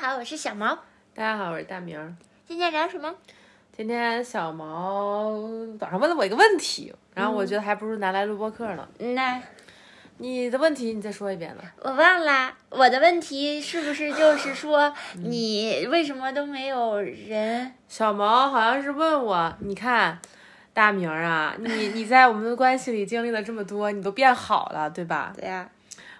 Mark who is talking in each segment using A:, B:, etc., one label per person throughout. A: 好，我是小毛。
B: 大家好，我是大明儿。
A: 今天聊什么？
B: 今天小毛早上问了我一个问题，然后我觉得还不如拿来录播课呢。
A: 那
B: 你的问题你再说一遍吧。
A: 我忘啦。我的问题是不是就是说你为什么都没有人？
B: 小毛好像是问我，你看大明儿啊，你 你在我们的关系里经历了这么多，你都变好了，对吧？
A: 对啊呀、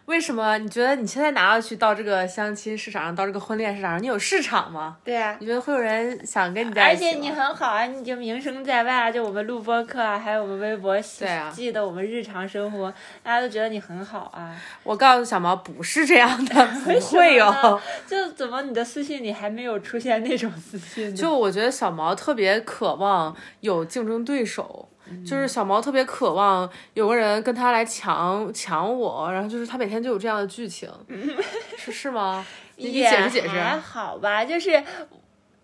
B: 为什么你觉得你现在拿到去到这个相亲市场上，到这个婚恋市场上，你有市场吗？
A: 对呀、
B: 你觉得会有人想跟你在
A: 而
B: 一起吗？
A: 且你很好啊，你就名声在外啊，就我们录播课啊，还有我们微博记
B: 对啊
A: 记得我们日常生活，大家都觉得你很好啊。
B: 我告诉小毛，不是这样 的，不会哦
A: 为什么呢
B: 有。
A: 就怎么你的私信里还没有出现那种私信呢？
B: 就我觉得小毛特别渴望有竞争对手，
A: 嗯
B: 就是小毛特别渴望有个人跟他来抢抢我，然后就是他每天就有这样的剧情，
A: 嗯
B: 是是吗？你你
A: 也
B: 解释解释。
A: 还好吧，就是。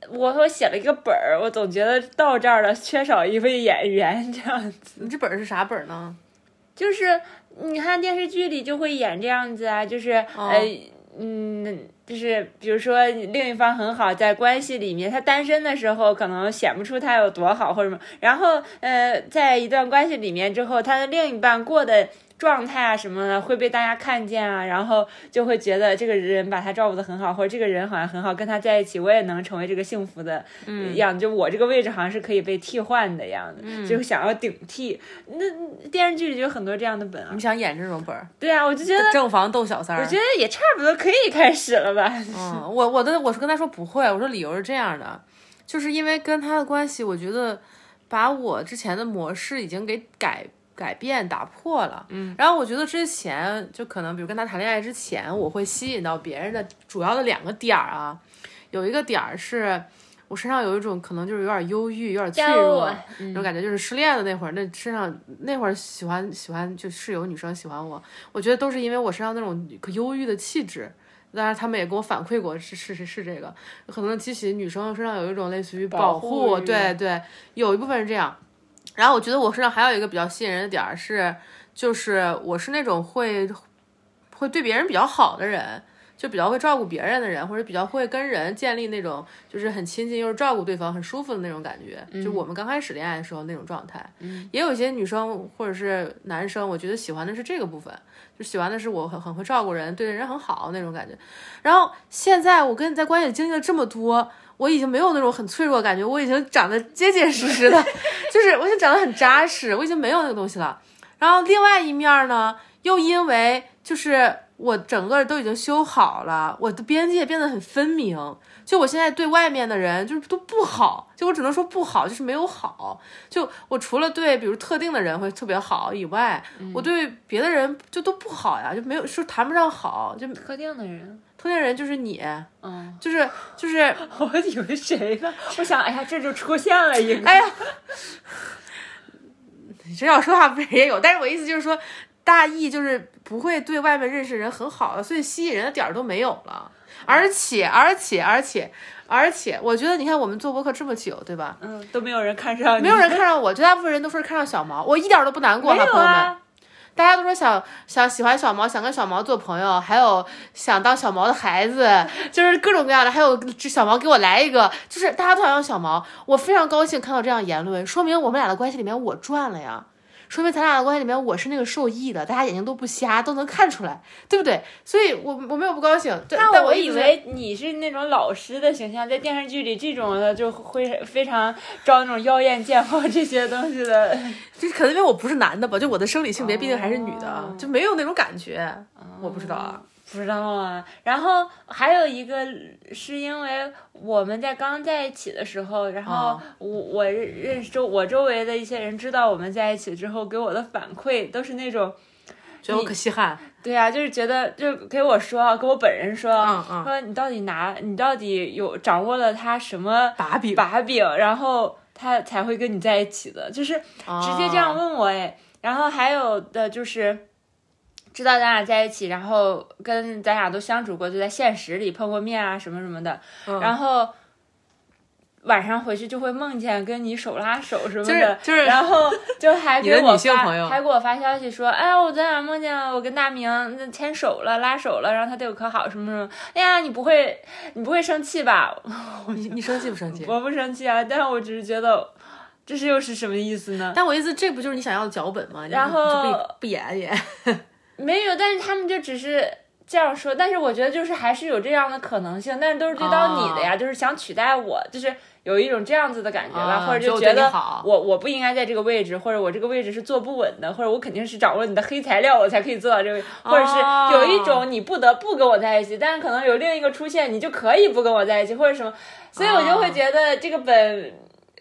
A: 我我写了一个本儿，我总觉得到这儿了缺少一位演员这样子，
B: 你这本儿是啥本儿呢？
A: 就是你看电视剧里就会演这样子啊，就是、
B: 哦
A: 呃嗯，就是比如说另一方很好，在关系里面，他单身的时候可能显不出他有多好或者什么，然后呃，在一段关系里面之后，他的另一半过的。状态啊什么的会被大家看见啊，然后就会觉得这个人把他照顾的很好，或者这个人好像很好，跟他在一起我也能成为这个幸福的
B: 嗯
A: 样子，就我这个位置好像是可以被替换的样子，
B: 嗯
A: 就想要顶替。那电视剧里就有很多这样的本啊
B: 你，想演这种本儿？
A: 对啊，我就觉得
B: 正房斗小三儿。
A: 我觉得也差不多可以开始了吧。
B: 嗯，我我的我是跟他说不会，我说理由是这样的，就是因为跟他的关系，我觉得把我之前的模式已经给改改变打破了。嗯，然后我觉得之前就可能，比如跟他谈恋爱之前，我会吸引到别人的主要的两个点儿啊，有一个点儿是。我身上有一种可能就是有点忧郁、有点脆
A: 加油
B: 弱
A: 我
B: 那种感觉，就是失恋的那会儿，那身上那会儿喜欢喜欢就室友女生喜欢我，我觉得都是因为我身上那种可忧郁的气质，当然他们也跟我反馈过，是是是是这个，可能激起女生身上有一种类似于保
A: 保护欲
B: 对对，有一部分是这样。然后我觉得我身上还有一个比较吸引人的点儿是，就是我是那种会会对别人比较好的人。就比较会照顾别人的人，或者比较会跟人建立那种就是很亲近又是照顾对方很舒服的那种感觉，就
A: 嗯
B: 我们刚开始恋爱的时候那种状态。也有一些女生或者是男生，我觉得喜欢的是这个部分，就喜欢的是我很很会照顾人，对人很好那种感觉。然后现在我跟你在关系里经历了这么多，我已经没有那种很脆弱的感觉，我已经长得结结实实的，就是我已经长得很扎实，我已经没有那个东西了。然后另外一面呢，又因为就是我整个都已经修好了，我的边界变得很分明。就我现在对外面的人就是都不好，就我只能说不好，就是没有好。就我除了对比如特定的人会特别好以外，我对别的人就都不好呀，就没有说谈不上好，就
A: 特定的人，
B: 特定人哦就是你，
A: 嗯，
B: 就是就是，
A: 我以为谁呢？我想，哎呀，这就出现了一个，
B: 哎呀，你这要说话不是也有，但是我意思就是说，大意就是不会对外面认识人很好的，所以吸引人的点儿都没有了。而且而且而且而且，我觉得你看我们做播客这么久，对吧？
A: 嗯，都没有人看上你，
B: 没有人看上我，绝大部分人都说是看上小毛，我一点儿都不难过
A: 没
B: 了，
A: 有
B: 朋友们。
A: 啊，
B: 大家都说想想喜欢小毛，想跟小毛做朋友，还有想当小毛的孩子， 就是各种各样的。还有这小毛给我来一个，就是大家都想要小毛，我非常高兴看到这样言论，说明我们俩的关系里面我赚了呀。说明咱俩的关系里面，我是那个受益的，大家眼睛都不瞎，都能看出来，对不对？所以我，我没有不高兴。对但
A: 那我
B: 我意
A: 以
B: 思是
A: 为你是那种老师的形象，在电视剧里这种的就会非常招那种妖艳贱货这些东西的。
B: 就是可能因为我不是男的吧，就我的生理性别毕竟还是女的，
A: 哦
B: 就没有那种感觉。我不知道啊，
A: 不知道啊，然后还有一个是因为我们在刚在一起的时候，然后
B: 啊
A: 我我认认识周我周围的一些人知道我们在一起之后给我的反馈都是那种，
B: 觉得我可稀罕。
A: 对啊，就是觉得就给我说啊，给我本人说，
B: 嗯嗯
A: 说你到底拿你到底有掌握了他什么
B: 把柄，
A: 把柄，然后他才会跟你在一起的，就是直
B: 直
A: 接这样问我哎。然后还有的就是。知道咱俩在一起，然后跟
B: 嗯
A: 咱俩都相处过，就在现实里碰过面啊，什么什么的。然后晚上回去就会梦见跟你手拉手什么的，
B: 就是就是
A: 然后就还
B: 你
A: 给
B: 的
A: 我
B: 女性
A: 发
B: 朋友
A: 还给我发消息说，哎呀，我昨晚梦见我跟大明那牵手了，拉手了，然后他对我可好，什么什么，哎呀，你不会你不会生气吧？
B: 你你生气不生气？
A: 我不生气啊，但是我只是觉得这是又是什么意思呢？
B: 但我意思，这不就是你想要的脚本吗？你
A: 然
B: 不你就
A: 后
B: 不不演也，
A: 没有，但是他们就只是这样说，但是我觉得就是还是有这样的可能性，但是都是对到你的
B: 啊
A: 呀，就是想取代我，就是有一种这样子的感觉吧，
B: 啊
A: 或者
B: 就
A: 就
B: 我
A: 觉
B: 对你
A: 得
B: 好
A: 我我不应该在这个位置，或者我这个位置是坐不稳的，或者我肯定是掌握你的黑材料，我才可以坐到这个位，
B: 啊
A: 或者是有一种你不得不跟我在一起，但是可能有另一个出现，你就可以不跟我在一起，或者什么，所以我就会觉得这个本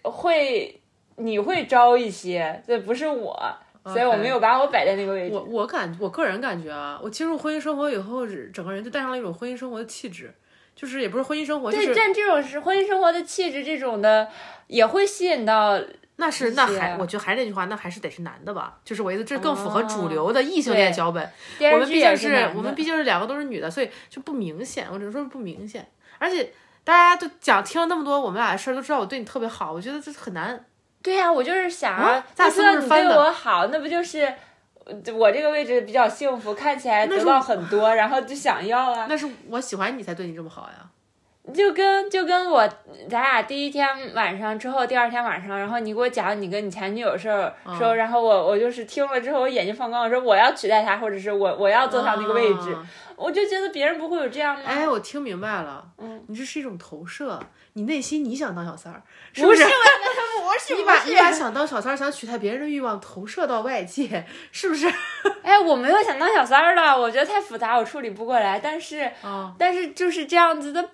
A: 会你会招一些，这不是我。所以我
B: 啊
A: 没有把我摆在那个位置。
B: 我我感我个人感觉啊，我进入婚姻生活以后，整个人就带上了一种婚姻生活的气质，就是也不是婚姻生活，就
A: 对，
B: 是
A: 但这种是婚姻生活的气质，这种的也会吸引到
B: 那是那
A: 是
B: 还我觉得还是那句话，那还是得是男的吧，就是我意思，这更符合主流的异性
A: 哦
B: 恋脚本。
A: 电
B: 我
A: 视
B: 们
A: 剧
B: 毕竟
A: 也
B: 是
A: 男的
B: 我们毕竟是两个都是女的，所以就不明显，我只能说是不明显。而且大家都讲听了那么多我们俩的事儿，都知道我对你特别好，我觉得这很难。
A: 对呀、我就是想，
B: 啊
A: 他
B: 咱
A: 知
B: 是
A: 道
B: 不是
A: 你
B: 翻
A: 对
B: 的
A: 我好，那不就是我这个位置比较幸福，看起来
B: 那
A: 得
B: 是
A: 到
B: 我
A: 很多，然后就想要啊，
B: 那是我喜欢你才对你这么好呀。
A: 就跟就跟我咱俩第一天晚上之后，第二天晚上，然后你给我讲你跟你前女友事儿
B: 嗯
A: 时候，然后我我就是听了之后，我眼睛放光，我说我要取代她，或者是我我要坐上那个位置，
B: 啊
A: 我就觉得别人不会有这样吗？
B: 哎，我听明白了，嗯，你这是一种投射，你内心你想当小三儿，是
A: 不
B: 是？
A: 我是
B: 你把你把想当小三儿、想取代别人的欲望投射到外界，是不是？
A: 哎，我没有想当小三儿了，我觉得太复杂，我处理不过来。但是，
B: 啊，
A: 但是就是这样子的，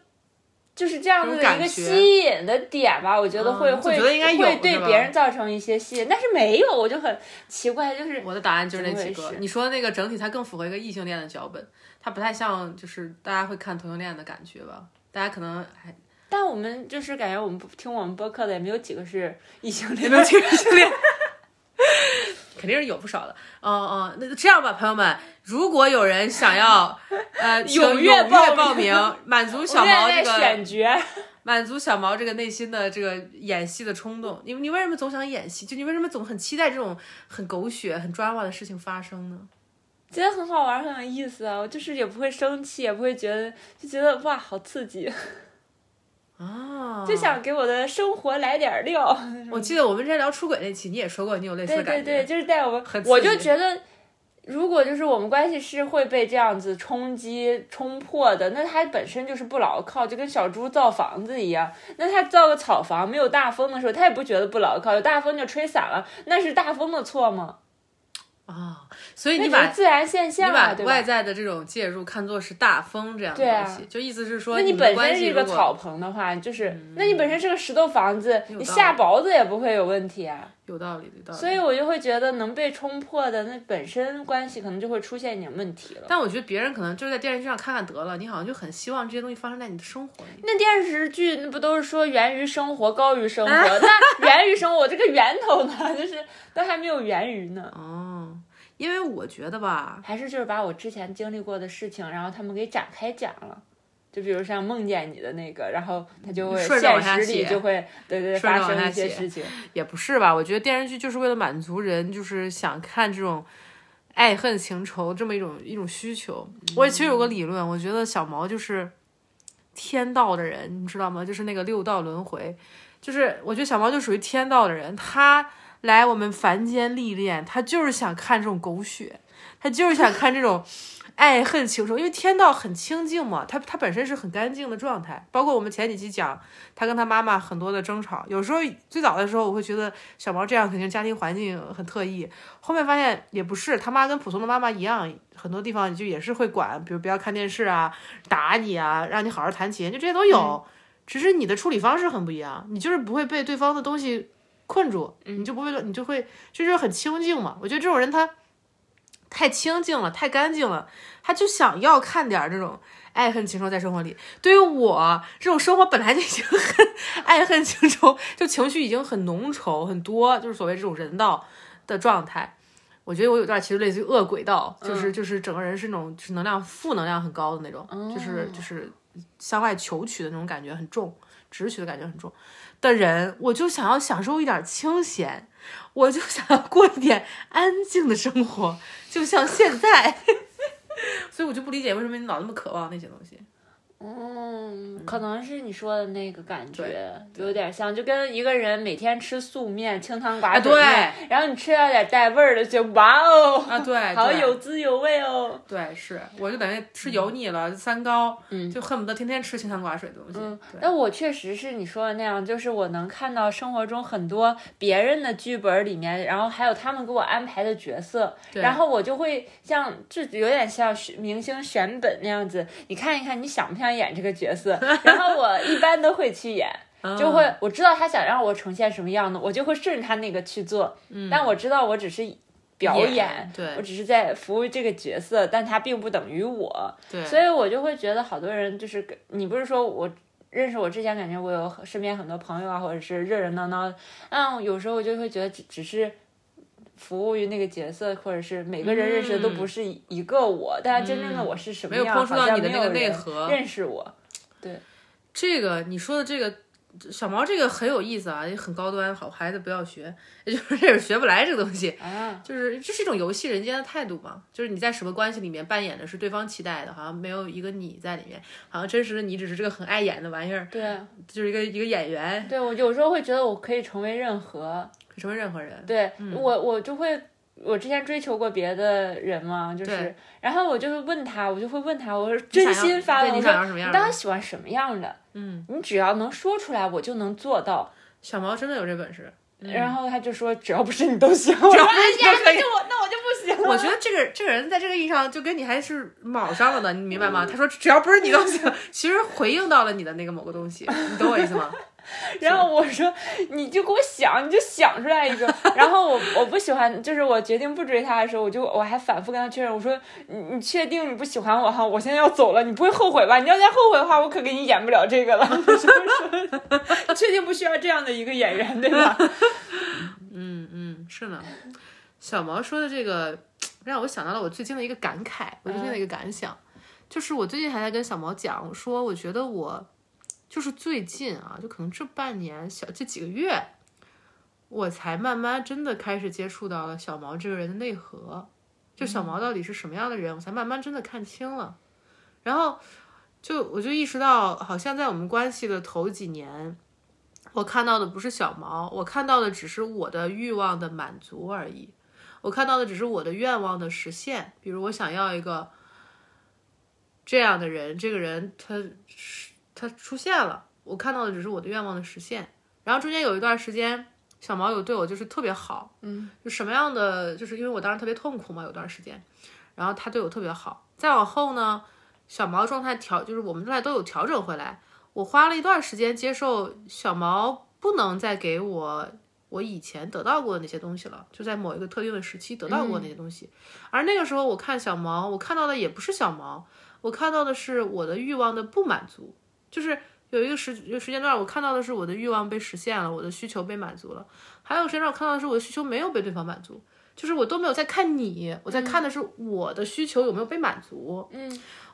A: 就是这样子的一
B: 这种
A: 个
B: 感觉
A: 吸引的点吧，我觉得
B: 嗯
A: 会、
B: 你总
A: 会
B: 觉得应该有
A: 会对
B: 是吧
A: 别人造成一些吸引，但是没有，我就很奇怪，就是
B: 我的答案就是那
A: 怎么
B: 几
A: 回
B: 个
A: 事。
B: 你说的那个整体，它更符合一个异性恋的脚本，它不太像就是大家会看同性恋的感觉吧？大家可能 还
A: 但我们就是感觉我们不听我们播客的也没有几个是异性恋，
B: 没有 听异性恋， 肯定是有不少的。哦哦，那这样吧，朋友们，如果有人想要呃请
A: 踊
B: 踊
A: 跃
B: 跃
A: 报名
B: 报名，满足
A: 我
B: 小
A: 们
B: 毛
A: 在
B: 这个
A: 选角，
B: 满足小毛这个内心的这个演戏的冲动。你你为什么总想演戏？就你为什么总很期待这种很狗血、很 drama 的事情发生呢？
A: 觉得很好玩，很有意思啊！我就是也不会生气，也不会觉得就觉得哇，好刺激，
B: 啊，
A: 就想给我的生活来点儿料。
B: 我记得我们之前聊出轨那期，你也说过你有类似
A: 对
B: 的感
A: 对
B: 觉。
A: 对，就是在我们
B: 很，刺
A: 我就
B: 激
A: 觉得，如果就是我们关系是会被这样子冲击冲破的，那它本身就是不牢靠，就跟小猪造房子一样。那他造个草房，没有大风的时候，他也不觉得不牢靠，有大风就吹散了，那是大风的错吗？
B: 啊，所以
A: 那
B: 你
A: 只是
B: 把
A: 自然现
B: 你
A: 象啊，
B: 把
A: 对
B: 外
A: 吧？
B: 在的这种介入看作是大风这样的
A: 对啊
B: 东西，就意思是说
A: 那你
B: 们的
A: 本
B: 关
A: 身是
B: 系
A: 一
B: 如
A: 个
B: 果嗯
A: 草棚的话，就是，那你本身是个石头房子，你
B: 道
A: 下
B: 理
A: 雹子也不会有问题啊。
B: 有道理，有道理。
A: 所以我就会觉得能被冲破的，那本身关系可能就会出现一点问题了。
B: 但我觉得别人可能就是在电视剧上看看得了，你好像就很希望这些东西发生在你的生活里。
A: 那电视剧那不都是说源于生活高于生活？
B: 啊
A: 那源于生活这个源头呢，就是都还没有源于呢。
B: 哦，因为我觉得吧，
A: 还是就是把我之前经历过的事情，然后他们给展开讲了。就比如像梦见你的那个，然后他就会
B: 嗯顺着往
A: 现
B: 下
A: 实里
B: 写
A: 就会对对对
B: 顺
A: 发
B: 着往
A: 生
B: 下
A: 一些
B: 写
A: 事情。
B: 也不是吧？我觉得电视剧就是为了满足人，就是想看这种爱恨情仇这么一种一种需求。我也其实有个理论，我觉得小毛就是天道的人，你知道吗？就是那个六道轮回，就是我觉得小毛就属于天道的人，他来我们凡间历练，他就是想看这种狗血，他就是想看这种。爱恨情仇，因为天道很清净嘛，他他本身是很干净的状态。包括我们前几期讲他跟他妈妈很多的争吵，有时候最早的时候我会觉得小毛这样肯定家庭环境很特异，后面发现也不是，他妈跟普通的妈妈一样，很多地方就也是会管，比如不要看电视啊，打你啊，让你好好弹琴，就这些都有，只是你的处理方式很不一样，你就是不会被对方的东西困住，你就不会，你就会就是很清静嘛。我觉得这种人他太清静了，太干净了，他就想要看点儿这种。爱恨情仇在生活里，对于我这种生活本来就已经很爱恨情仇，就情绪已经很浓稠很多，就是所谓这种人道的状态。我觉得我有段其实类似于恶轨道，就是就是整个人是那种就是能量负能量很高的那种，就是就是向外求取的那种感觉很重，直觉的感觉很重的人，我就想要享受一点清闲，我就想要过一点安静的生活，就像现在。所以我就不理解为什么你老那么渴望那些东西。
A: 嗯，可能是你说的那个感觉有点像，就跟一个人每天吃素面、清汤寡水面，
B: 啊
A: 然后你吃到点带味儿的，就哇哦，
B: 啊，对，
A: 好
B: 对
A: 有滋有味哦。
B: 对，是，我就等于吃油腻了，三高，
A: 嗯
B: 就恨不得天天吃清汤寡水的东西。对
A: 但我确实是你说的那样，就是我能看到生活中很多别人的剧本里面，然后还有他们给我安排的角色，然后我就会像这有点像选明星选本那样子，你看一看你想不想演这个角 色，然后我一般都会去演。
B: 哦
A: 就会我知道他想让我呈现什么样的，我就会顺着他那个去做。但我知道我只是表
B: 嗯演
A: 演，
B: 对
A: 我只是在服务这个角色，但他并不等于我。
B: 对
A: 所以我就会觉得好多人就是跟你不是说我认识我之前，感觉我有很身边很多朋友啊，或者是热热闹闹，嗯，有时候我就会觉得只只是。服务于那个角色，或者是每个人认识的都不是一个我，但真正的我是什么样，
B: 嗯没有碰触到
A: 好像
B: 你的
A: 没
B: 那个
A: 有人
B: 内核
A: 认识我。
B: 这个你说的这个小毛这个很有意思啊，也很高端，好孩子不要学， 也就是这是学不来这个东西。
A: 啊，
B: 就是这是一种游戏人间的态度嘛，就是你在什么关系里面扮演的是对方期待的，好像没有一个你在里面，好像真实的你只是这个很爱演的玩意儿，
A: 对啊
B: 就是一个一个演员，
A: 对，我有时候会觉得我可以成为任何，
B: 成为任何人。
A: 对、我我就会。我之前追求过别的人嘛，就是
B: 对，
A: 然后我就会问他，我就会问他，我说真
B: 想要
A: 心发
B: 对
A: 问，
B: 你
A: 我说
B: 想要什么样
A: 你
B: 的
A: 到底喜欢什么样的？嗯，你只要能说出来，我就能做到。
B: 小毛真的有这本事，
A: 然后他就说，只要不是你都行。我说
B: 嗯要不
A: 哎
B: 是你
A: 呀，
B: 都可
A: 那
B: 以
A: 就我那我就不行了。
B: 我觉得这个这个人在这个意义上就跟你还是卯上了的，你明白吗？他说只要不是你都行， 其实回应到了你的那个某个东西，你懂我意思吗？
A: 然后我说，你就给我想，你就想出来一个。然后我我不喜欢，就是我决定不追他的时候，我就我还反复跟他确认，我说你你确定你不喜欢我哈？我现在要走了，你不会后悔吧？你要再后悔的话，我可给你演不了这个了。 就是说你确定不需要这样的一个演员，对吧？
B: 嗯嗯，是呢。小毛说的这个让我想到了我最近的一个感慨，我最近的一个感想，就是我最近还在跟小毛讲，我说我觉得我就是最近啊，就可能这半年小这几个月，我才慢慢真的开始接触到了小毛这个人的内核，就小毛到底是什么样的人，我才慢慢真的看清了。然后就我就意识到，好像在我们关系的头几年，我看到的不是小毛，我看到的只是我的欲望的满足而已。我看到的只是我的愿望的实现，比如我想要一个这样的人，这个人他是他出现了，我看到的只是我的愿望的实现。然后中间有一段时间，小毛有对我就是特别好，嗯，就什么样的，就是因为我当时特别痛苦嘛，有段时间，然后他对我特别好。再往后呢，小毛状态调，就是我们状态都有调整回来。我花了一段时间接受小毛不能再给我我以前得到过的那些东西了，就在某一个特定的时期得到过的那些东西。而那个时候，我看小毛，我看到的也不是小毛，我看到的是我的欲望的不满足，就是。有一个时有时间段，我看到的是我的欲望被实现了，我的需求被满足了；还有时间段，我看到的是我的需求没有被对方满足，就是我都没有在看你，我在看的是我的需求有没有被满足。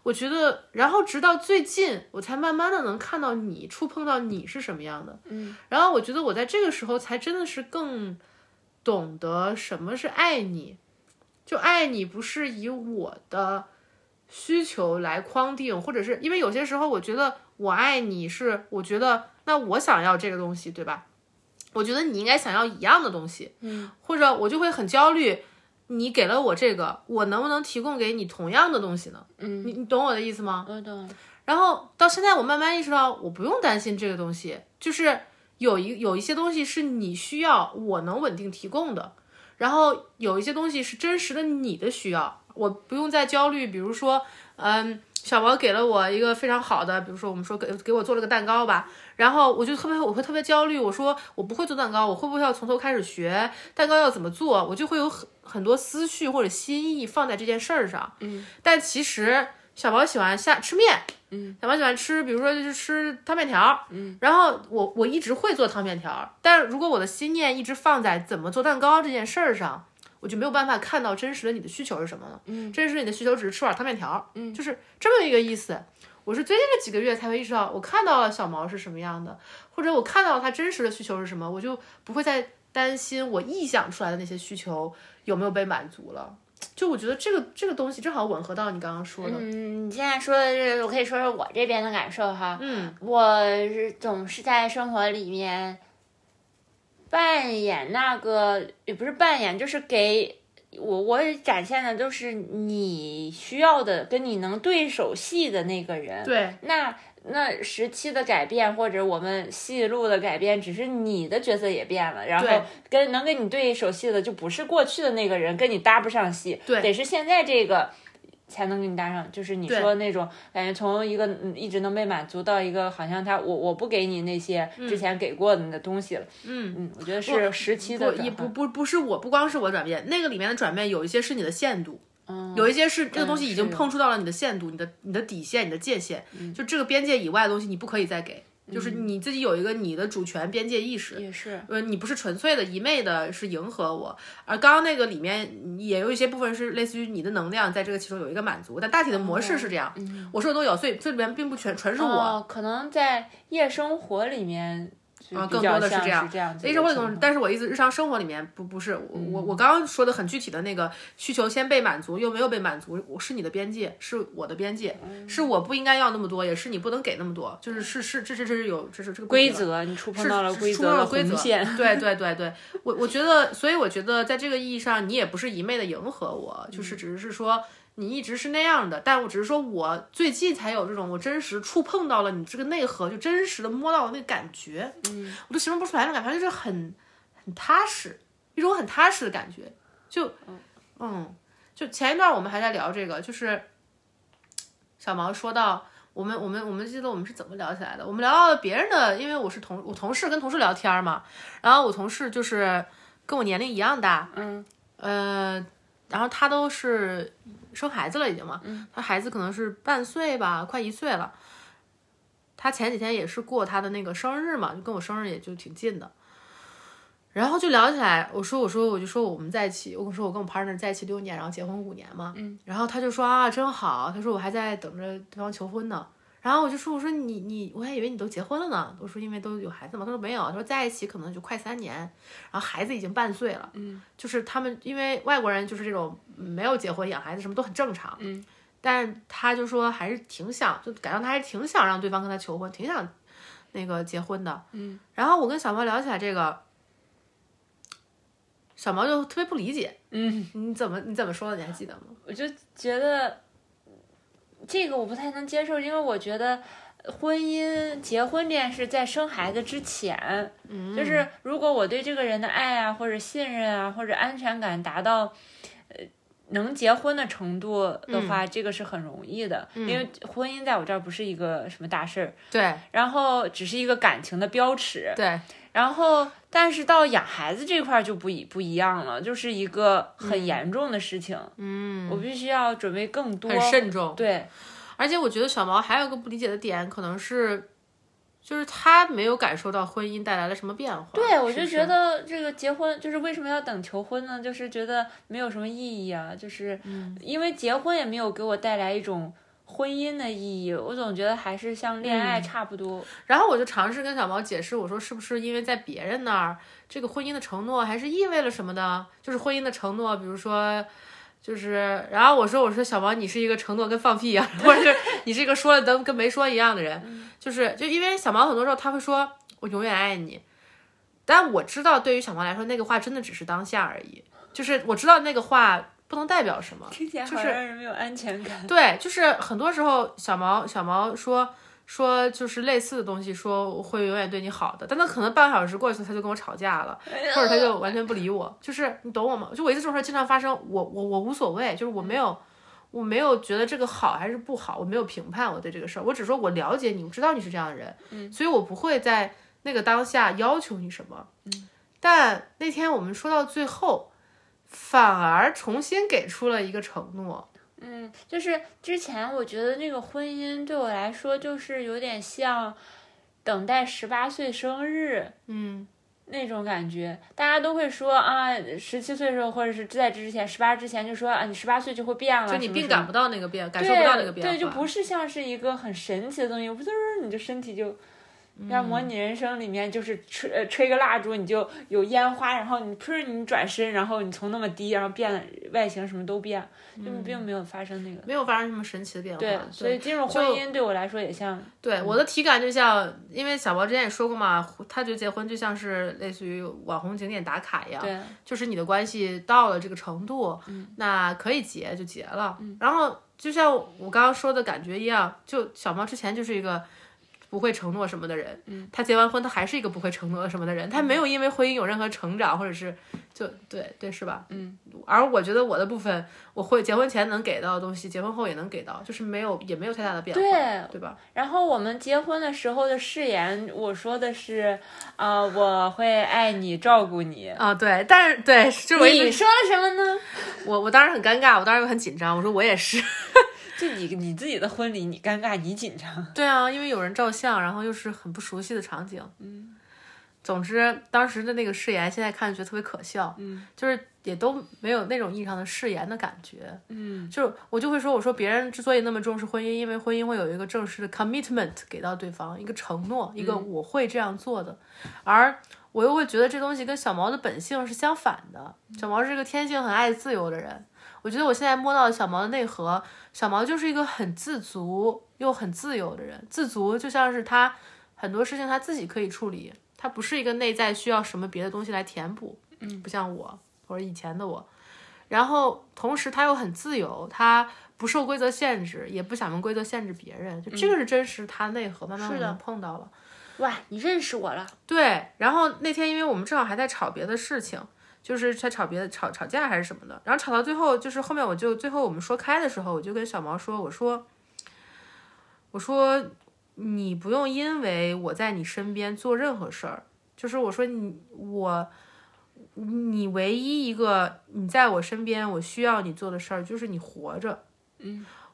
B: 我觉得，然后直到最近，我才慢慢的能看到你触碰到你是什么样的。嗯，然后我觉得我在这个时候才真的是更懂得什么是爱你，就爱你不是以我的需求来框定，或者是因为有些时候我觉得我爱你是我觉得那我想要这个东西，对吧？我觉得你应该想要一样的东西，嗯，或者我就会很焦虑。你给了我这个，我能不能提供给你同样的东西呢？嗯，你你懂我的意思吗？
A: 我懂。
B: 然后到现在，我慢慢意识到，我不用担心这个东西，就是有一有一些东西是你需要，我能稳定提供的，然后有一些东西是真实的你的需要，我不用再焦虑。比如说，嗯，小毛给了我一个非常好的，比如说我们说给给我做了个蛋糕吧，然后我就特别我会特别焦虑，我说我不会做蛋糕，我会不会要从头开始学蛋糕要怎么做？我就会有很很多思绪或者心意放在这件事儿上。嗯，但其实小毛喜欢下吃面。小毛喜欢吃，比如说就是吃汤面条儿，嗯，然后我我一直会做汤面条儿，但是如果我的心念一直放在怎么做蛋糕这件事儿上，我就没有办法看到真实的你的需求是什么了，嗯，真实的你的需求只是吃碗汤面条，嗯，就是这么一个意思。我是最近这几个月才会意识到，我看到了小毛是什么样的，或者我看到了他真实的需求是什么，我就不会再担心我臆想出来的那些需求有没有被满足了。就我觉得这个这个东西正好吻合到你刚刚说的，
A: 嗯，你现在说的这个，我可以说说我这边的感受哈。嗯，我是总是在生活里面扮演那个，也不是扮演，就是给我我展现的都是你需要的，跟你能对手戏的那个人。
B: 对，
A: 那那时期的改变，或者我们戏路的改变，只是你的角色也变了，然后
B: 对
A: 跟能跟你对手戏的就不是过去的那个人，跟你搭不上戏，
B: 对
A: 得是现在这个。才能给你搭上，就是你
B: 对
A: 说的那种感觉，从一个嗯一直能被满足到一个好像他我我不给你那些之前给过你的东西了，嗯嗯，我觉得是时期的
B: 嗯不也
A: 转
B: 不
A: 换，嗯
B: 不不是我，不光是我转变，那个里面的转变有一些是你的限度，有一些是这个东西已经
A: 嗯是嗯
B: 碰触到了你的限度、你的你的底线、你的界限，就这个边界以外的东西你不可以再给，就是你自己有一个你的主权边界意识，
A: 也是
B: 呃，你不是纯粹的一昧的是迎合我，而刚刚那个里面也有一些部分是类似于你的能量在这个其中有一个满足，但大体的模式是这样。我说的都有，所以这里面并不全全是我。
A: 嗯哦，可能在夜生活里面就比
B: 啊更
A: 较
B: 多的是
A: 像
B: 这
A: 这
B: 样
A: 样子的
B: 一
A: 情
B: 直
A: 况，
B: 会总，但是我意思，日常生活里面不不是我我我刚刚说的很具体的那个需求先被满足又没有被满足，我是你的边界，是我的边界，是我不应该要那么多，也是你不能给那么多，就是是是这这这是有这是这个规
A: 规则，你触碰到了
B: 是
A: 规
B: 触
A: 则
B: 碰到
A: 的
B: 了规则
A: 红线。
B: 对对对对，我我觉得，所以我觉得在这个意义上，你也不是一昧的迎合我，
A: 嗯
B: 就是只是说你一直是那样的，但我只是说我最近才有这种我真实触碰到了你这个内核，就真实的摸到了那个感觉，嗯，我都形容不出来那种感觉，就是很很踏实，一种很踏实的感觉，就嗯，就前一段我们还在聊这个，就是小毛说到。我们我们我们记得我们是怎么聊起来的？我们聊到了别人的，因为我是同我同事跟同事聊天嘛，然后我同事就是跟我年龄一样大，嗯，呃，然后他都是生孩子了已经嘛，他孩子可能是半岁吧，快一岁了。他前几天也是过他的那个生日嘛，就跟我生日也就挺近的，然后就聊起来，我说我说我就说我们在一起，我跟说我跟我 partner 在一起六年，然后结婚五年嘛，嗯，然后他就说啊真好，他说我还在等着对方求婚呢，然后我就说我说你你我还以为你都结婚了呢，我说因为都有孩子嘛，他说没有，他说在一起可能就快三年，然后孩子已经半岁了，嗯，就是他们因为外国人就是这种没有结婚养孩子什么都很正常，嗯，但他就说还是挺想，就感觉他还是挺想让对方跟他求婚，挺想那个结婚的，嗯，然后我跟小毛聊起来这个。小毛就特别不理解，嗯，你怎么你怎么说的？你还记得吗？
A: 我就觉得这个我不太能接受，因为我觉得婚姻、结婚这件事在生孩子之前，
B: 嗯
A: 就是如果我对这个人的爱啊，或者信任啊，或者安全感达到，呃。能结婚的程度的话，这个是很容易的，因为婚姻在我这儿不是一个什么大事儿，
B: 对
A: 然后只是一个感情的标尺，
B: 对，
A: 然后，但是到养孩子这块儿就不一不一样了，就是一个很严重的事情。嗯，我必须要准备更多。
B: 很慎重，
A: 对，
B: 而且我觉得小毛还有个不理解的点，可能是，就是他没有感受到婚姻带来了什么变化。
A: 对我就
B: 得。
A: 觉得这个结婚就是为什么要等求婚呢？就是觉得没有什么意义啊，就是
B: 嗯
A: 因为结婚也没有给我带来一种婚姻的意义，我总觉得还是像恋
B: 嗯
A: 爱差不 多。
B: 然后我就尝试跟小毛解释，我说是不是因为在别人那儿，这个婚姻的承诺还是意味了什么呢？就是婚姻的承诺，比如说，就是，然后我说我说小毛，你是一个承诺跟放屁一样，或者是你是一个说了跟跟没说一样的人，就是就因为小毛很多时候他会说我永远爱你，但我知道对于小毛来说，那个话真的只是当下而已，就是我知道那个话不能代表什么，
A: 听起来
B: 就
A: 好
B: 是
A: 让人没有安全感。
B: 对，就是很多时候小毛小毛说说就是类似的东西，说我会永远对你好的，但他可能半个小时过去了，他就跟我吵架了，或者他就完全不理我，就是你懂我吗？就我一次这种事儿经常发生，我我我无所谓，就是我没有。我没有觉得这个好还是不好，我没有评判我对这个事儿，我只说我了解你，我知道你是这样的人，所以我不会在那个当下要求你什么。但那天我们说到最后，反而重新给出了一个承诺，
A: 嗯，就是之前我觉得那个婚姻对我来说，就是有点像等待十八岁生日。
B: 嗯，
A: 那种感觉，大家都会说啊，十七岁的时候，或者是在这之前，十八之前就说啊，你十八岁就会变了，
B: 就你
A: 什么
B: 并
A: 什么
B: 感不到那个变，感受不到那个变化，
A: 对，就不是像是一个很神奇的东西，不就是你的身体就。
B: 嗯
A: 像模拟人生里面，就是吹呃吹个蜡烛，你就有烟花，然后你噗，你转身，然后你从那么低，然后变了外形，什么都变，就
B: 嗯
A: 并没有发生那个。
B: 没有发生什么神奇的变化。
A: 对，所以进入婚姻对我来说也像
B: 对，我的体感就像，因为小宝之前也说过嘛，他觉得结婚就像是类似于网红景点打卡一样，
A: 对，
B: 就是你的关系到了这个程度，那可以结就结了。然后就像我刚刚说的感觉一样，就小猫之前就是一个。不会承诺什么的人，嗯，他结完婚，他还是一个不会承诺什么的人，他没有因为婚姻有任何成长，或者是就对对是吧？嗯。而我觉得我的部分，我会结婚前能给到的东西，结婚后也能给到，就是没有也没有太大的变化，
A: 对
B: 对吧？
A: 然后我们结婚的时候的誓言，我说的是，啊、我会爱你，照顾你。
B: 啊、对，但是对，就是我一直
A: 你说了什么呢？
B: 我我当时很尴尬，我当时很紧张，我说我也是。
A: 就你你自己的婚礼，你尴尬，你紧张。
B: 对啊，因为有人照相，然后又是很不熟悉的场景。嗯，总之当时的那个誓言，现在看觉得特别可笑。嗯，就是也都没有那种意义上的誓言的感觉。嗯，就是我就会说，我说别人之所以那么重视婚姻，因为婚姻会有一个正式的 commitment 给到对方，一个承诺，一个我会这样做的，而。我又会觉得这东西跟小毛的本性是相反的。小毛是一个天性很爱自由的人，我觉得我现在摸到小毛的内核，小毛就是一个很自足又很自由的人。自足就像是他很多事情他自己可以处理，他不是一个内在需要什么别的东西来填补。嗯，不像我或者以前的我。然后同时他又很自由，他不受规则限制，也不想用规则限制别人。就这个是真实他内核，慢慢我们碰到了。
A: 哇，你认识我了？
B: 对，然后那天因为我们正好还在吵别的事情，就是在吵别的吵吵架还是什么的，然后吵到最后，就是后面我就最后我们说开的时候，我就跟小毛说，我说，我说你不用因为我在你身边做任何事儿，就是我说你我。你唯一一个你在我身边，我需要你做的事儿就是你活着。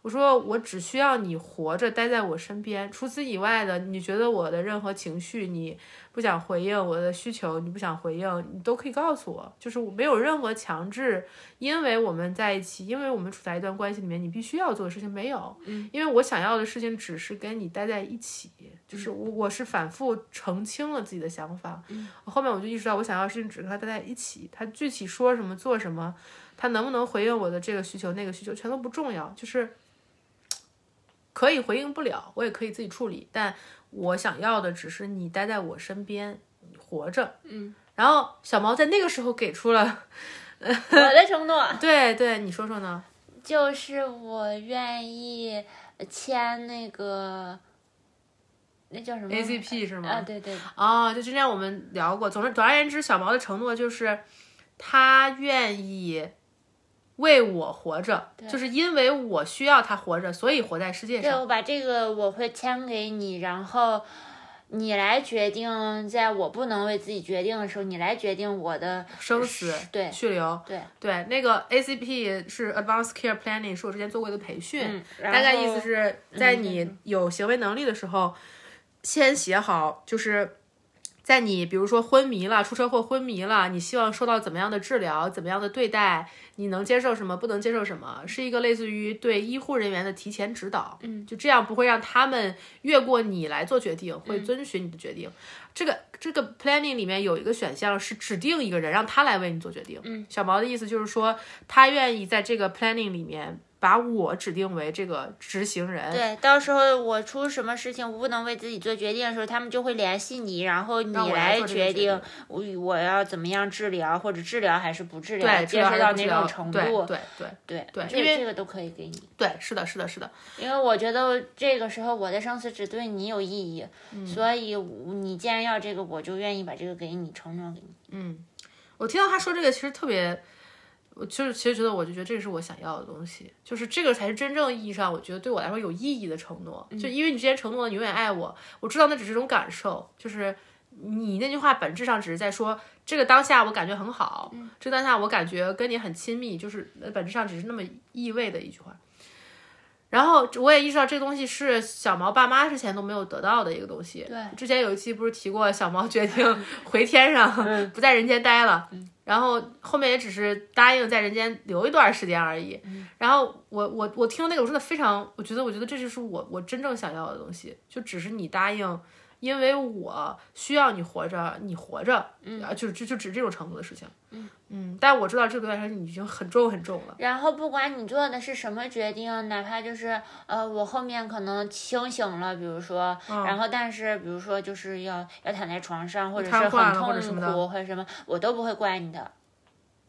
B: 我说我只需要你活着待在我身边，除此以外的，你觉得我的任何情绪，你不想回应我的需求，你不想回应，你都可以告诉我，就是我没有任何强制，因为我们在一起，因为我们处在一段关系里面，你必须要做的事情没有，因为我想要的事情只是跟你待在一起，就是我我是反复澄清了自己的想法，后面我就意识到我想要的事情只跟他待在一起，他具体说什么做什么，他能不能回应我的这个需求那个需求全都不重要，就是。可以回应不了，我也可以自己处理，但我想要的只是你待在我身边，你活着。嗯，然后小毛在那个时候给出了，
A: 我的承 诺
B: 对对，你说说呢？
A: 就是我愿意签那个，那叫什么
B: ACP 是吗
A: 啊，对对，
B: 哦，就之前我们聊过，总之总而言之，小毛的承诺就是他愿意为我活着，就是因为我需要他活着，所以活在世界
A: 对
B: 上。
A: 我把这个我会签给你，然后你来决定，在我不能为自己决定的时候，你来决定我的
B: 生死
A: 是对
B: 去留
A: 对
B: 对，那个 ACP 是 Advanced Care Planning，是我之前做过一个培训，
A: 嗯然
B: 大概意
A: 后
B: 思是在你有行为能力的时候，先写好，就是在你比如说昏迷了、出车祸昏迷了，你希望受到怎么样的治疗、怎么样的对待，你能接受什么，不能接受什么，是一个类似于对医护人员的提前指导。嗯，就这样不会让他们越过你来做决定，
A: 嗯
B: 会遵循你的决定。这个这个 planning 里面有一个选项是指定一个人，让他来为你做决定。嗯，小毛的意思就是说，他愿意在这个 planning 里面把我指定为这个执行人。
A: 对，到时候我出什么事情，我不能为自己做决定的时候，他们就会联系你，然后你
B: 我来做这个
A: 决
B: 决定
A: 定我我要怎么样治疗，或者治疗还是不治疗，
B: 对，
A: 接受到哪种程
B: 对
A: 度，
B: 对对
A: 对
B: 对
A: 这
B: 因
A: 个
B: 为
A: 这个都可以给你，
B: 对，是的，是的，是的，
A: 因为我觉得这个时候我的生死只对你有意义，
B: 嗯
A: 所以我你既然要这个，我就愿意把这个给你承诺给你。
B: 我听到他说这个，其实特别，我就是其实觉得，我就觉得这是我想要的东西，就是这个才是真正意义上我觉得对我来说有意义的承诺。就因为你之前承诺了你永远爱我，我知道那只是一种感受，就是你那句话本质上只是在说这个当下我感觉很好，这个当下我感觉跟你很亲密，就是呃本质上只是那么意味的一句话。然后我也意识到这个东西是小毛爸妈之前都没有得到的一个东西。
A: 对，
B: 之前有一期不是提过小毛决定回天上， 不在人间待了，然后后面也只是答应在人间留一段时间而已。然后我我我听那个我真的非常，我觉得我觉得这就是我我真正想要的东西，就只是你答应，因为我需要你活着，你活着，啊，就就就只这种程度的事情。嗯嗯，但我知道这个对我来说已经很重很重了。
A: 然后不管你做的是什么决定，哪怕就是呃，我后面可能清醒了，比如说，
B: 嗯
A: 然后但是比如说就是要要躺在床上，或者是
B: 瘫
A: 很
B: 痪了
A: 痛
B: 或者什么的
A: 苦或者什么，我都不会怪你的。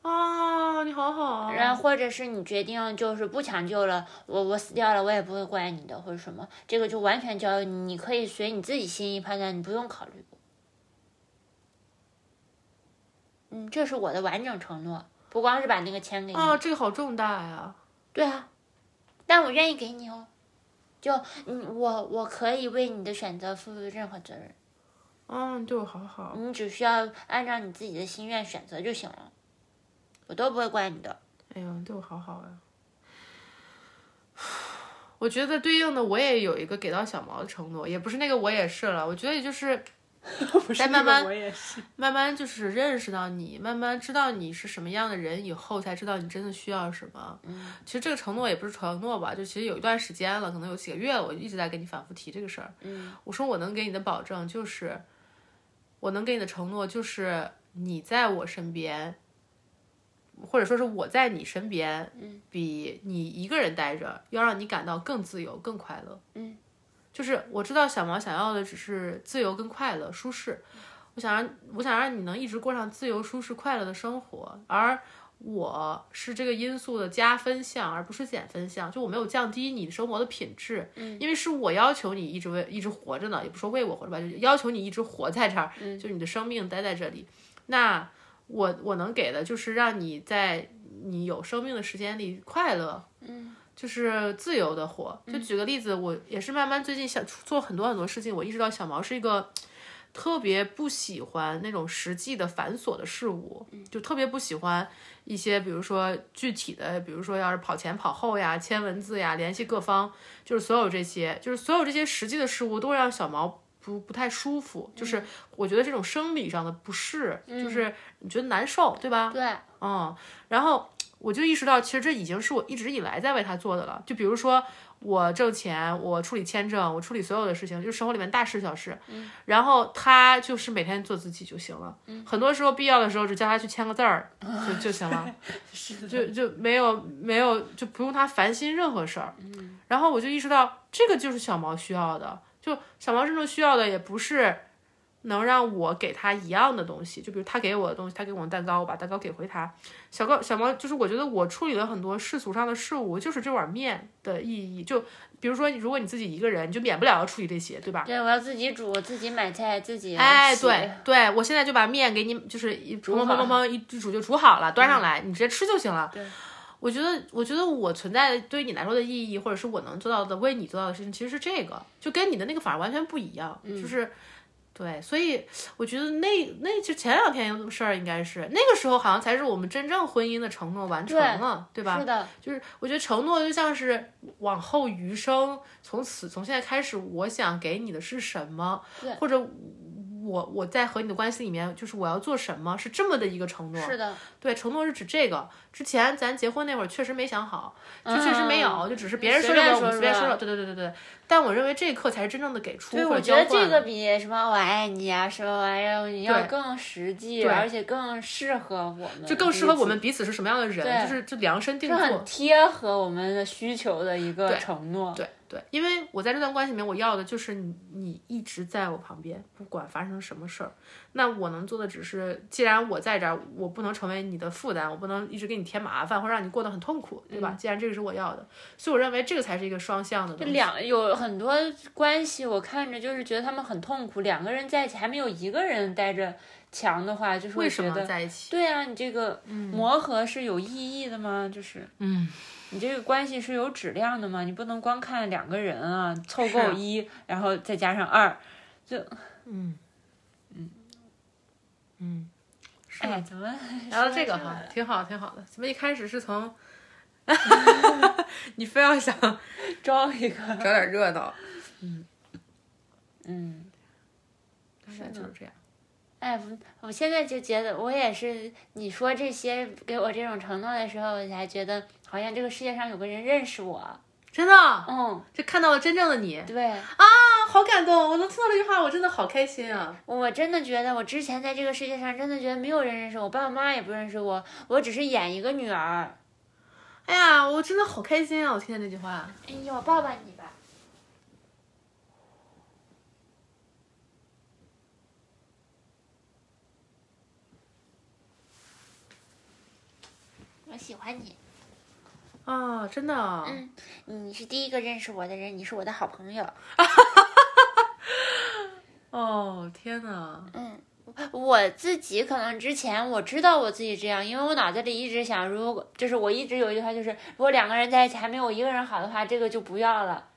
B: 啊，你好好啊。
A: 然后或者是你决定就是不抢救了，我我死掉了，我也不会怪你的，或者什么，这个就完全交由你，你可以随你自己心意判断，你不用考虑我。嗯，这是我的完整承诺，不光是把那个钱给你。
B: 啊，这个好重大呀！
A: 对啊，但我愿意给你哦。就嗯，我我可以为你的选择负任何责任，
B: 啊，你对我好好。
A: 你只需要按照你自己的心愿选择就行了，我都不会怪你的。
B: 哎呀，你对我好好呀！我觉得对应的我也有一个给到小毛的承诺，也不是那个我也是了。我觉得也就是
A: 再
B: 慢慢
A: 我也是。
B: 慢慢就是认识到你，慢慢知道你是什么样的人以后，才知道你真的需要什么。嗯，其实这个承诺也不是承诺吧，就其实有一段时间了，可能有几个月了，我一直在跟你反复提这个事儿。嗯，我说我能给你的保证就是，我能给你的承诺就是你在我身边，或者说是我在你身边，嗯，比你一个人待着要让你感到更自由、更快乐。
A: 嗯，
B: 就是我知道小毛想要的只是自由跟快乐、舒适。我想让我想让你能一直过上自由、舒适、快乐的生活，而我是这个因素的加分项，而不是减分项。就我没有降低你生活的品质，因为是我要求你一直为一直活着呢，也不说为我活着吧，就是要求你一直活在这儿，就是你的生命待在这里。那我我能给的就是让你在你有生命的时间里快乐，嗯，就是自由的活。就举个例子，我也是慢慢最近想做很多很多事情，我意识到小毛是一个。特别不喜欢那种实际的繁琐的事物，就特别不喜欢一些，比如说具体的，比如说要是跑前跑后呀、签文字呀、联系各方，就是所有这些，就是所有这些实际的事物都让小毛不不太舒服，就是我觉得这种生理上的不适，就是你觉得难受，对吧？
A: 对，
B: 嗯，然后我就意识到，其实这已经是我一直以来在为他做的了。就比如说，我挣钱，我处理签证，我处理所有的事情，就是生活里面大事小事。嗯、然后他就是每天做自己就行了。嗯、很多时候必要的时候，只叫他去签个字儿就就行 了，就就没有没有就不用他烦心任何事儿。嗯、然后我就意识到，这个就是小毛需要的。就小毛真正需要的也不是。能让我给他一样的东西，就比如他给我的东西，他给我的蛋糕，我把蛋糕给回他，小高小毛就是我觉得我处理了很多世俗上的事物，就是这碗面的意义。就比如说，如果你自己一个人，你就免不了要处理这些，对吧？
A: 对我要自己煮，自己买菜，自己
B: 哎，
A: 洗
B: 对对，我现在就把面给你，就是一
A: 煮
B: 砰砰
A: 好嗯
B: 砰砰砰一煮就煮好了，端上来，你直接吃就行了。我觉得，我觉得我存在的对于你来说的意义，或者是我能做到的、为你做到的事情，其实是这个，就跟你的那个反而完全不一样，
A: 嗯
B: 就是。对，所以我觉得那那就前两天有个事儿，应该是那个时候好像才是我们真正婚姻的承诺完成了，对吧？
A: 是的，
B: 就是我觉得承诺就像是往后余生，从此从现在开始，我想给你的是什么，或者我我在和你的关系里面，就是我要做什么，是这么的一个承诺。
A: 是的，
B: 对，承诺是指这个。之前咱结婚那会儿确实没想好，就确实没有，
A: 嗯
B: 就只是别人
A: 随
B: 说什
A: 便
B: 么我
A: 说
B: 们随便
A: 说
B: 说说。对对对对对。但我认为这一刻才是真正的给出
A: 对，
B: 或
A: 我
B: 者
A: 觉
B: 交
A: 得
B: 换。
A: 这个比什么“我爱你”啊，什么玩意儿要更实际，
B: 对
A: 而且更适合我们，就
B: 更适合我们彼此是什么样的人，就是就量身定
A: 是
B: 做。
A: 很贴合我们的需求的一个承诺。
B: 对对，因为我在这段关系里面，我要的就是你，你一直在我旁边，不管发生什么事儿。那我能做的只是，既然我在这儿，我不能成为你的负担，我不能一直给你添麻烦，或让你过得很痛苦，
A: 嗯
B: 对吧？既然这个是我要的，所以我认为这个才是一个双向的东西。
A: 两有很多关系，我看着就是觉得他们很痛苦，两个人在一起还没有一个人待着强的话，就是
B: 为
A: 会
B: 什
A: 觉
B: 么嗯
A: 得，
B: 在一起？
A: 对啊，你这个磨合是有意义的吗？就是
B: 嗯，
A: 你这个关系是有质量的吗？你不能光看两个人啊，凑够
B: 是
A: 一，然后再加上二，
B: 嗯 是
A: 哎，怎么
B: 聊到这个
A: 哈
B: 哈？，挺好，挺好的。咱们一开始是从，你非要想找
C: 招一个，
B: 点热闹，
C: 嗯。
B: 大概就是这样。
A: 哎，我我现在就觉得，我也是你说这些给我这种承诺的时候，我才觉得好像这个世界上有个人认识我。
B: 真的，啊
A: 嗯，
B: 这看到了真正的你啊，
A: 对，
B: 好感动！我能听到这句话，我真的好开心啊！
A: 我真的觉得我之前在这个世界上真的觉得没有人认识我，我爸爸妈妈也不认识我，我只是演一个女儿。
B: 哎呀，我真的好开心啊！我听见这句话，
A: 哎呀，我抱抱你吧。我喜欢你，
B: 啊，真的啊，
A: 嗯，你是第一个认识我的人，你是我的好朋友。
B: 哦，天哪，
A: 嗯，我自己可能之前我知道我自己这样，因为我脑子里一直想，如果就是我一直有一句话，就是如果两个人在一起还没有一个人好的话，这个就不要了。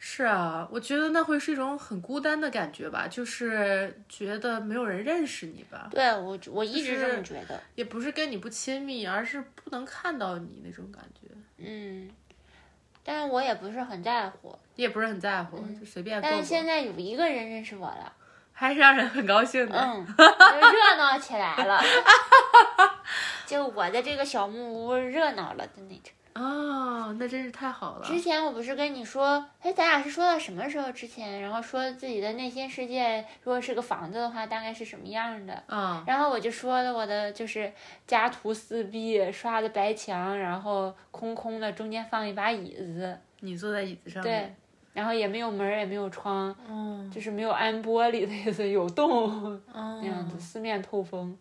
B: 是啊，我觉得那会是一种很孤单的感觉吧，就是觉得没有人认识你吧，
A: 对我，我一直这么
B: 是
A: 觉得。
B: 也不是跟你不亲密，而是不能看到你那种感觉，
A: 嗯，但是我也不是很在乎。
B: 你也不是很在乎，就随便过
A: 但是现
B: 过，
A: 在有一个人认识我了，
B: 还是让人很高兴的。
A: 嗯，就热闹起来了。 就我的这个小木屋热闹了的那种。
B: 哦，那真是太好了。
A: 之前我不是跟你说，哎，咱俩是说到什么时候之前，然后说自己的内心世界如果是个房子的话，大概是什么样的？
B: 嗯，
A: 然后我就说了我的就是家徒四壁，刷的白墙，然后空空的，中间放一把椅子，
B: 你坐在椅子上
A: 对
B: 面，，
A: 然后也没有门儿，也没有窗，
B: 嗯，
A: 就是没有安玻璃的意思，有洞
B: 那
A: 那样
B: 嗯
A: 子，。四面透风，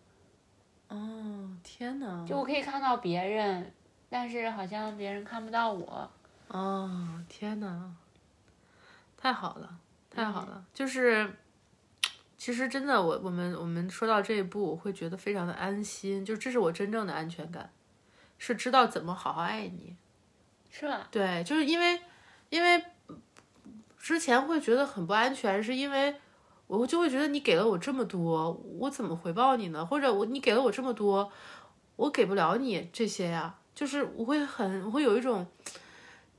B: 哦，天哪！
A: 就我可以看到别人，但是好像别人看不到我。
B: 哦，天哪！太好了，太好了！就是，其实真的，我我们我们说到这一步，我会觉得非常的安心，就这是我真正的安全感，是知道怎么好好爱你。
A: 是吧？
B: 对，就是因为因为之前会觉得很不安全，是因为我就会觉得你给了我这么多，我怎么回报你呢？或者我你给了我这么多，我给不了你这些呀、就是我会很我会有一种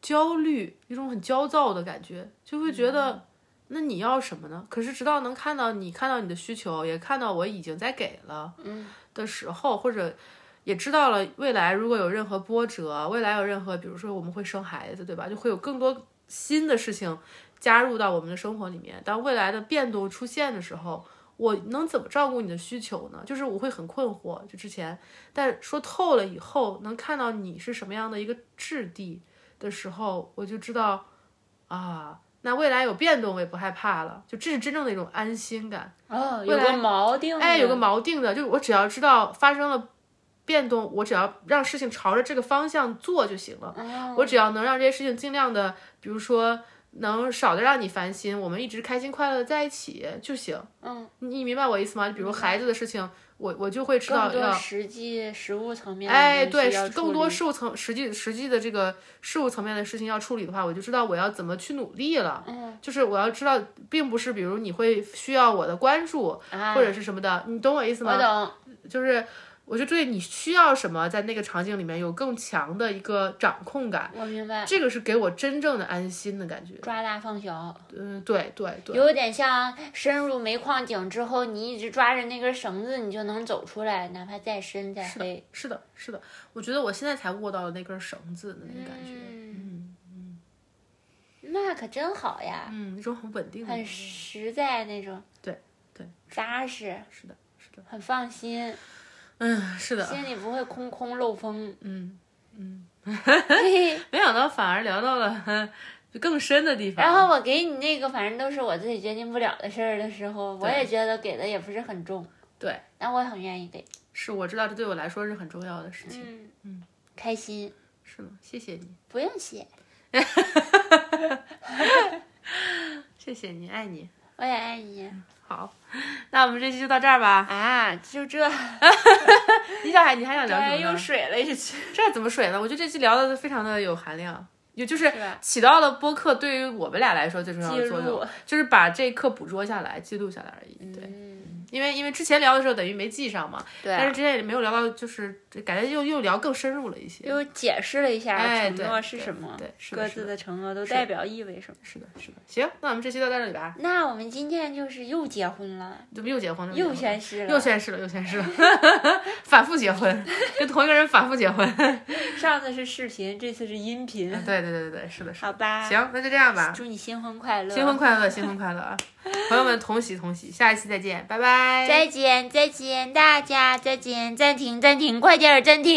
B: 焦虑，一种很焦躁的感觉，就会觉
A: 嗯
B: 得。那你要什么呢？可是直到能看到你看到你的需求，也看到我已经在给了，嗯的时候，或者也知道了未来如果有任何波折，未来有任何，比如说我们会生孩子，对吧？就会有更多新的事情加入到我们的生活里面。当未来的变动出现的时候，我能怎么照顾你的需求呢？就是我会很困惑，就之前，但说透了以后，能看到你是什么样的一个质地的时候，我就知道啊。那未来有变动，我也不害怕了，就这是真正的一种安心感。
A: 哦，
B: 未
A: 有个
B: 来
A: 锚定的，
B: 哎，有个锚定的，就是我只要知道发生了变动，我只要让事情朝着这个方向做就行了。
A: 哦
B: 我只要能让这些事情尽量的，比如说能少的让你烦心，我们一直开心快乐的在一起就行。嗯，你明白我意思吗？比如孩子的事情，我我就会知道
A: 更多
B: 要。
A: 实际实物层面的
B: 哎，
A: 东西
B: 对
A: 要，处
B: 更多
A: 理
B: 事务层实际实际的这个事务层面的事情要处理的话，我就知道我要怎么去努力了。嗯，就是我要知道，并不是比如你会需要我的关注、
A: 啊哦
B: 或者是什么的，你懂我意思吗？
A: 我懂，
B: 就是我就对你需要什么，在那个场景里面有更强的一个掌控感，
A: 我明白，
B: 这个是给我真正的安心的感觉。
A: 抓大放小，
B: 嗯，对对对，
A: 有点像深入煤矿井之后，你一直抓着那根绳子，你就能走出来，哪怕再深再
B: 是的
A: 黑。，
B: 是的，是的，我觉得我现在才握到了那根绳子的那种感觉，
A: 嗯那可真好呀，
B: 嗯，一种很稳定的感
A: 很
B: 觉，
A: 实在那种，
B: 对对，
A: 扎实，
B: 是的，嗯是的，
A: 很放心，
B: 嗯，是的，
A: 心里不会空空漏风。
B: 嗯嗯，
A: 嘿嘿
B: 没想到反而聊到了就更深的地方，
A: 然后我给你那个，反正都是我自己决定不了的事儿的时候，我
B: 对
A: 也觉得给的也不是很重，
B: 对，
A: 但我很愿意给。
B: 是我知道这对我来说是很重要的事情，
A: 嗯嗯，开心，
B: 是的，谢谢你，
A: 不用谢，
B: 谢谢你，爱你，
A: 我也爱你
B: 嗯好，那我们这期就到这儿吧。
A: 啊！就这，哎
B: 你想还你还想聊什么呢？
C: 又水了一句。
B: 这怎么水呢？我觉得这期聊的非常的有含量，也就是
A: 是吧
B: 起到了播客对于我们俩来说最重要的作
C: 记录
B: 用，就是把这一刻捕捉下来、记录下来而已。对，
A: 嗯，
B: 因为因为之前聊的时候等于没记上嘛，
A: 对
B: 但
A: 啊
B: 是，之前也没有聊到，就是感觉又又聊更深入了一些。
A: 又解释了一下
B: 哎，
A: 承
B: 对
A: 诺是
B: 对
D: 什么
B: 对，是的
D: 各
B: 是
D: 自
B: 的
D: 的承诺都代表意味什么？
B: 是的，是的。行，那我们这期就到这里吧。
A: 那我们今天就是又结婚了，
B: 怎么又结婚了？
A: 又
B: 结婚
A: 宣誓
B: 了
A: 了。
B: 又宣誓了，又宣誓了， 反复结婚，跟同一个人反复结婚。
D: 上次是视频，这次是音频，
B: 啊对对对对对，是的，是的。
D: 好吧？，
B: 行，那就这样吧。
A: 祝你新婚快乐！
B: 新婚快乐，新婚快乐啊！朋友们，同喜同喜，下一期再见，拜拜。
A: 再见，再见，大家再见，暂停，暂停，快点儿暂停。